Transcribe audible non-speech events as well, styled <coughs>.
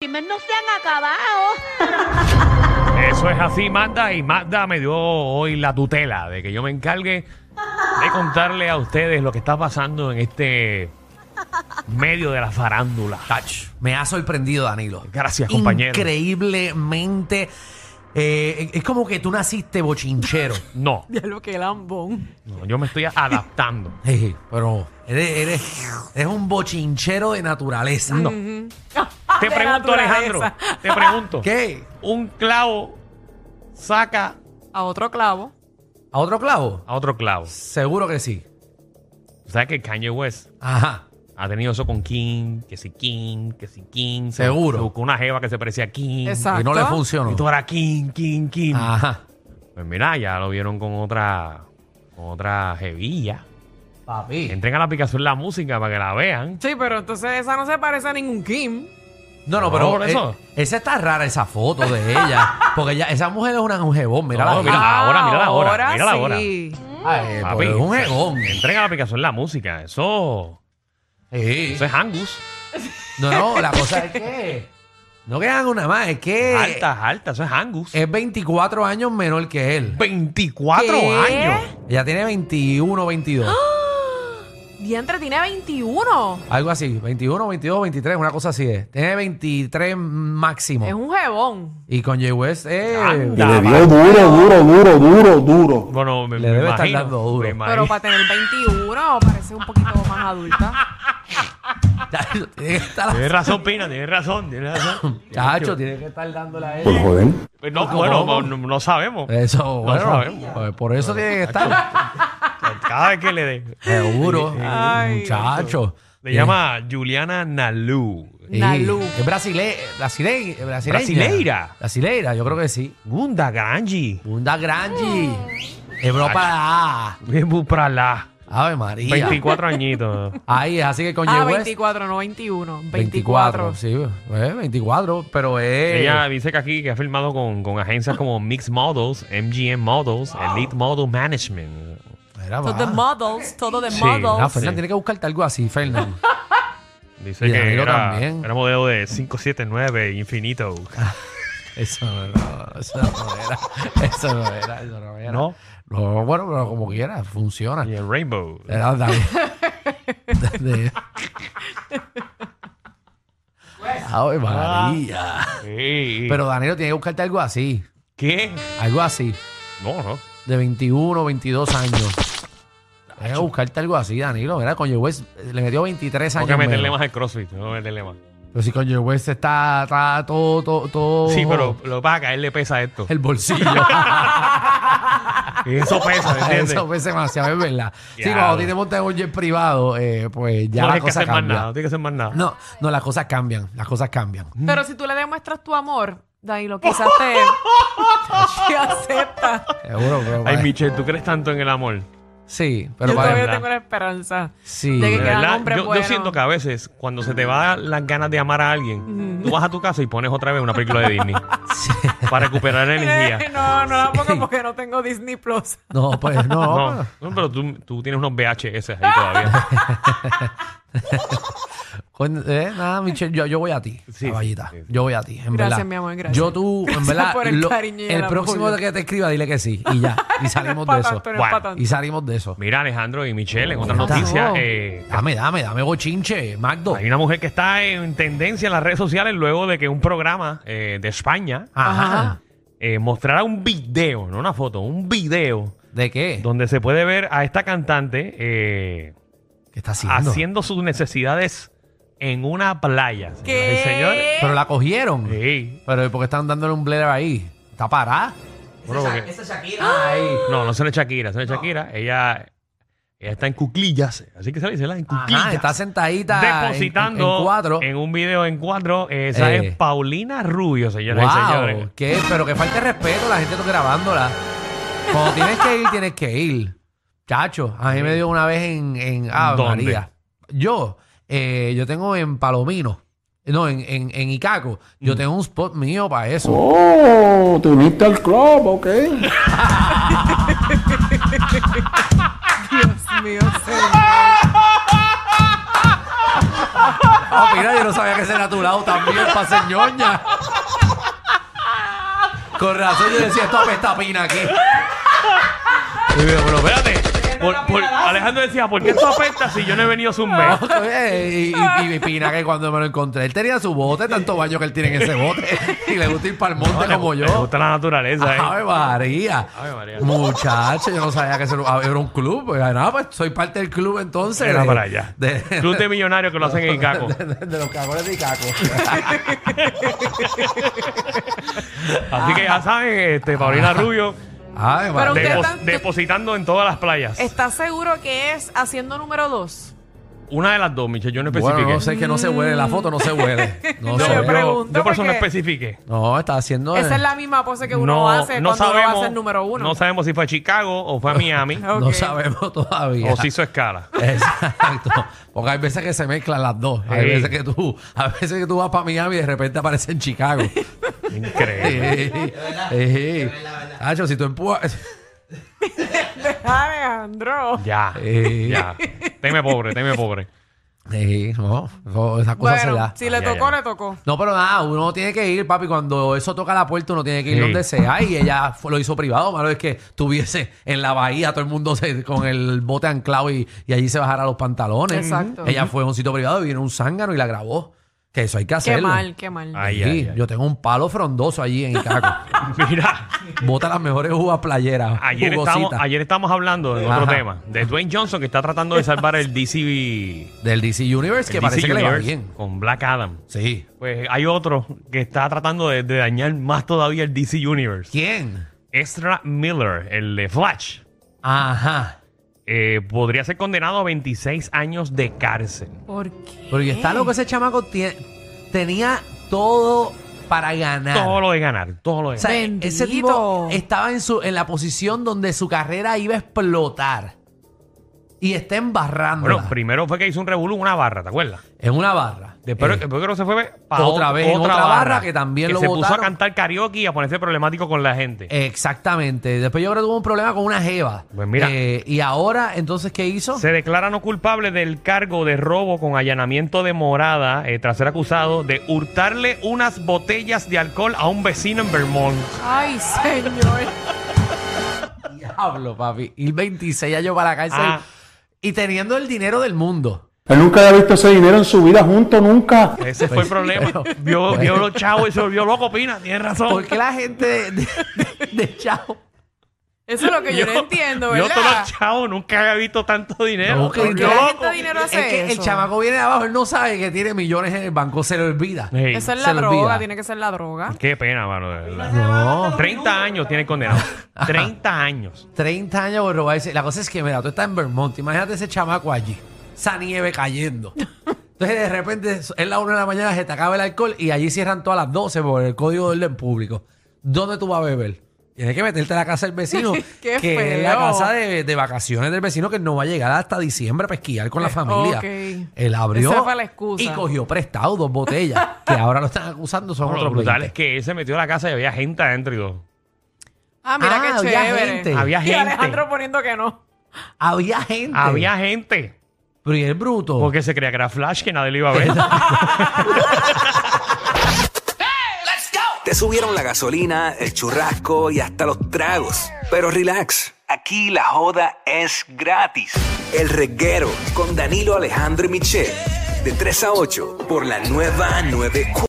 chismes no se han acabado. Eso es así, Magda. Y Magda me dio hoy la tutela de que yo me encargue de contarle a ustedes lo que está pasando en este medio de la farándula. Tach, me ha sorprendido, Danilo. Gracias, compañero. Increíblemente. eh, es como que tú <laughs> naciste bochinchero. No, <laughs> Ya lo que lambón. no, yo me estoy adaptando. Jeje, Pero eres, eres, eres un bochinchero de naturaleza. Te De pregunto, naturaleza. Alejandro. Te pregunto. ¿Qué? Un clavo saca A otro clavo. ¿A otro clavo? a otro clavo. Seguro que sí. ¿Sabes que Kanye West Ajá. ha tenido eso con King? Que si King, que si King. Se- Seguro. Se buscó una jeva que se parecía a King. Exacto. Y no Ah, le funcionó. Y tú era King, King, King. Ajá. Pues mira, ya lo vieron con otra, con otra jevilla. Papi. Entren a la aplicación La Música para que la vean. Sí, pero entonces esa no se parece a ningún Kim. No, no, No, pero por eso. eh, esa está rara, esa foto <laughs> de ella. Porque ella, esa mujer es una, un jebón, mira No, la mira. cara. ahora, mira la hora, mira la hora. sí. Ay, Papi, pues, es un jebón. Entren a la aplicación La Música. Eso, Sí. eso es Angus. No, no, la cosa es que. No quedan una más, es que. Alta, alta, eso es Angus. Es 24 años menor que él. 24 ¿Qué? años. Ella tiene 21, 22. Diantre tiene 21. Algo así. 21, 22, 23, una cosa así es. Tiene 23 máximo. Es un jebón. Y con Jay West, eh, Anda. Le dio duro, duro, duro, duro, duro. Bueno, me, Le me debe estar imagino. dando me duro. Pero imagino. para tener 21 parece un poquito <laughs> más adulta. <laughs> Chacho, tiene que estar, Tienes razón, Pina, tienes razón, tienes <coughs> razón. <laughs> chacho, tiene que estar dándole a Por él. joder. Pues no, ¿Cómo, bueno, cómo? no, no sabemos. Eso, No bueno, sabemos. pues por eso tiene que estar. Cada vez que le dé. Seguro, Ay, muchacho. Le Eh, llama Juliana Nalu. sí, Nalu. Es brasile, brasile, brasileña. Brasileira. Brasileira, yo creo que sí. Gunda Granji. Bunda Granji. Europa A. Para la. Ave María. 24 <laughs> añitos. Ahí, así que con Ah, Ye West, 24, no 21. 24. 24, sí, eh, 24, pero es. Ella dice que aquí que ha firmado con, con agencias como Mix Models, MGM Models, Elite Model Management. Mira, Todo de va. models, todo de Sí, Ah, models. Fernan, Sí. tiene que buscarte algo así, Fernan. Dice Y que Danilo era, también. era modelo de 579 <laughs> Infinito. eso no, no, eso no era. Eso no era, eso no era. ¿No? No, bueno, pero como quiera, funciona. Y el Rainbow. Era David. De- Ave María. Ah, Sí. Pero Danilo tiene que buscarte algo así. ¿Qué? Algo así. No, no. de 21, 22 años. Voy a buscarte algo así, Danilo. Mira, Kanye West eh, le metió 23 Tengo años. que meterle menos. más al CrossFit. Tengo que meterle más. Pero si Kanye West está, está todo, todo, todo- Sí, pero lo que pasa es que a él le pesa <laughs> esto. <laughs> El bolsillo. Y eso pesa, ¿entiendes? Eso es demasiado, es verdad. Sí, Diablo. cuando a ti te montas en un jet privado, eh, pues ya no tienes las que cosas hacer más nada. cambian. No tienes que hacer más nada. No, no, las cosas cambian. Las cosas cambian. Pero si tú le demuestras tu amor, Danilo, quizás <laughs> te, <laughs> te acepta. Seguro, pero. Ay, eh, Michelle, ¿tú crees tanto en el amor? Sí, Yo pero para. todavía verdad. tengo la esperanza. Sí. de que De <laughs> quedan verdad, hombres yo, yo buenos. siento que a veces cuando se te va las ganas de amar a alguien, tú vas a tu casa y pones otra vez una película de <laughs> Disney para recuperar la energía. no, no tampoco porque no tengo Disney Plus. No, pues no. No, no, pero tú, tú tienes unos VHS ahí <laughs> todavía. Con- eh, nada, Michelle, yo, yo voy a ti, Sí, caballita. sí, sí. Yo voy a ti, en Gracias, verdad. mi amor, gracias. Yo tú, en <laughs> Gracias verdad, por el cariño y el el apoyo. próximo que te escriba, dile que sí, y ya. <laughs> Y <laughs> salimos No de es pa' eso. tanto, no es Bueno, pa' tanto. Y salimos de eso. Mira, Alejandro y Michelle, en otras Mira. noticias, Wow. eh, Dame, dame, dame bochinche, Magdo. hay una mujer que está en tendencia en las redes sociales luego de que un programa eh, de España Ajá. eh, mostrara un video, no una foto, un video ¿De qué? donde se puede ver a esta cantante eh, ¿Qué está haciendo? haciendo sus necesidades en una playa. señoras y ¿Qué? señores. Pero la cogieron. Sí. Pero ¿por qué están dándole un blur ahí? Está parada. Bueno, porque- Shakira. Ahí. No, no se le Shakira, se le Shakira. Ella, ella está en cuclillas. Así que se le dice, ¿verdad? en cuclillas. Ajá, está sentadita. en- depositando En, en cuatro. en un video en cuatro. Esa Eh. es Paulina Rubio, señoras y Wow, señores. ¿qué? Pero que falta de respeto, la gente está grabándola. Cuando tienes que ir, tienes que ir. Chacho, a mí me dio una vez en, en ah, ¿Dónde? María. Yo, eh, yo tengo en Palomino, no, en, en, en Icaco, yo tengo un spot mío para eso. Oh, te uniste al club, ok. <laughs> Dios mío, señor. Ah, mira, yo no sabía que ese era tu lado también, para ser ñoña. Con razón yo decía, esto apesta a pina aquí. Y yo, Pero espérate. Por- por- Alejandro decía, ¿por qué esto afecta si yo no he venido hace un mes? <laughs> Oye, y, Eh, y- y Pina que cuando me lo encontré, él tenía su bote, tanto baño que él tiene en ese bote. Y le gusta ir para el monte Le- como Le yo. gusta la naturaleza, ¿eh? Ave María. Ave María. Muchacho, yo no sabía que eso era era un club. Pues, nada, pues soy parte del club entonces. Era de- para allá. de- Club de millonarios que lo hacen en Icaco. de- de- de los cagones de Icaco. Así que ya saben, este, Paulina Rubio, Ave Pero María. usted depos- tan- depositando en todas las playas. ¿Estás seguro que es haciendo número dos? Una de las dos, Michelle, yo no especifiqué. Bueno, no sé, es que no se huele. La foto no se <laughs> huele. No Yo se le huele. pregunto yo por eso no porque- especifiqué. No, está haciendo... Esa es la misma pose que uno hace cuando uno va a ser número uno. No sabemos si fue a Chicago o fue a Miami <laughs> Ok. No sabemos todavía. o si hizo escala. Exacto. Porque hay veces que se mezclan las dos. Hay Sí. veces que tú, a veces que tú vas para Miami y de repente aparece en <laughs> Chicago. Sí. Increíble. Sí. Nacho, si tú empujas. <laughs> <laughs> Alejandro. ya, Sí. ya. Teme pobre, teme pobre. Sí, no, no, esas cosas se Bueno, dan. si le Ah, ya, tocó, ya. le tocó. No, pero nada, uno tiene que ir, papi. Cuando eso toca la puerta, uno tiene que ir Sí. donde sea. Y ella fue- lo hizo privado, malo es que tuviese en la bahía todo el mundo se- con el bote anclado y, y allí se bajara los pantalones. Exacto. Ella fue a un sitio privado y vino un zángano y la grabó. Que eso hay que hacerlo. Qué mal, qué mal. Ay. Sí, yo tengo un palo frondoso allí en <laughs> Icaco. Mira, Bota las mejores uvas playeras. ayer estamos, jugositas. ayer estamos hablando de otro Ajá. tema, de Dwayne Johnson que está tratando de salvar el DC, Del DC Universe, que el parece DC que le va Universe bien. con Black Adam. Sí. Pues hay otro que está tratando de, de dañar más todavía el DC Universe. ¿Quién? Ezra Miller, el de Flash, Ajá. eh, podría ser condenado a 26 años de cárcel. ¿Por qué? Porque está loco ese chamaco. tie- tenía todo para ganar. Todo lo de ganar, todo lo de O ganar. sea, e-, Bendito. ese tipo estaba en, su, en la posición donde su carrera iba a explotar. Y está embarrando. Bueno, primero fue que hizo un revolú en una barra, ¿te acuerdas? en una barra. Después, Eh, después creo que se fue para otra vez en otra barra que también lo Eh. se puso a botaron. cantar karaoke y a ponerse problemático con la gente. Exactamente. Después yo creo que tuvo un problema con una jeva. Pues mira. Eh, y ahora, entonces, ¿qué hizo? Se declara no culpable del cargo de robo con allanamiento de morada eh, tras ser acusado de hurtarle unas botellas de alcohol a un vecino en Vermont. Ay, señor. Diablo, papi. Ir 26 años para la cárcel. Ah. Y teniendo el dinero del mundo. Él nunca había visto ese dinero en su vida junto, nunca. Ese fue el problema. Pues pero- vio, vio los chavos y se volvió loco, Pina. Tienes razón. ¿Por qué la gente de, de- de- de Chavo? Eso es lo que yo, no entiendo, Yo todos ¿verdad? los chavos nunca había visto tanto dinero. No, que Volvió no. ¿Por qué loco. tanto dinero Es hace que el eso? chamaco viene de abajo, él no sabe que tiene millones en el banco, se le olvida. Ey, Esa es se la le droga, olvida. tiene que ser la droga. Qué pena, mano. de verdad. No. 30 años tiene condenado. 30 años. 30 años por robar ese- La cosa es que, mira, tú estás en Vermont, imagínate ese chamaco allí, esa nieve cayendo. Entonces, de repente, es la 1 de la mañana, se te acaba el alcohol y allí cierran todas las 12 por el código de orden público. ¿Dónde tú vas a beber? Tienes que meterte a la casa del vecino, <laughs> Qué que es la feo. casa de, de vacaciones del vecino que no va a llegar hasta diciembre para esquiar con la familia. Eh, ok. Él abrió Esa fue la excusa. y cogió prestado dos botellas, que ahora lo están acusando, son Bueno, lo otros brutal es 20. que él se metió a la casa y había gente adentro y todo. Ah, mira Ah, qué había chévere. gente. Había Y gente. Alejandro poniendo que no. Había gente. Había gente. Pero y el bruto. Porque se creía que era Flash, que nadie lo iba a ver. Te subieron la gasolina, el churrasco y hasta los tragos. Pero relax, aquí la joda es gratis. El reguero con Danilo Alejandro y Michel, de 3 a 8 por la nueva 94.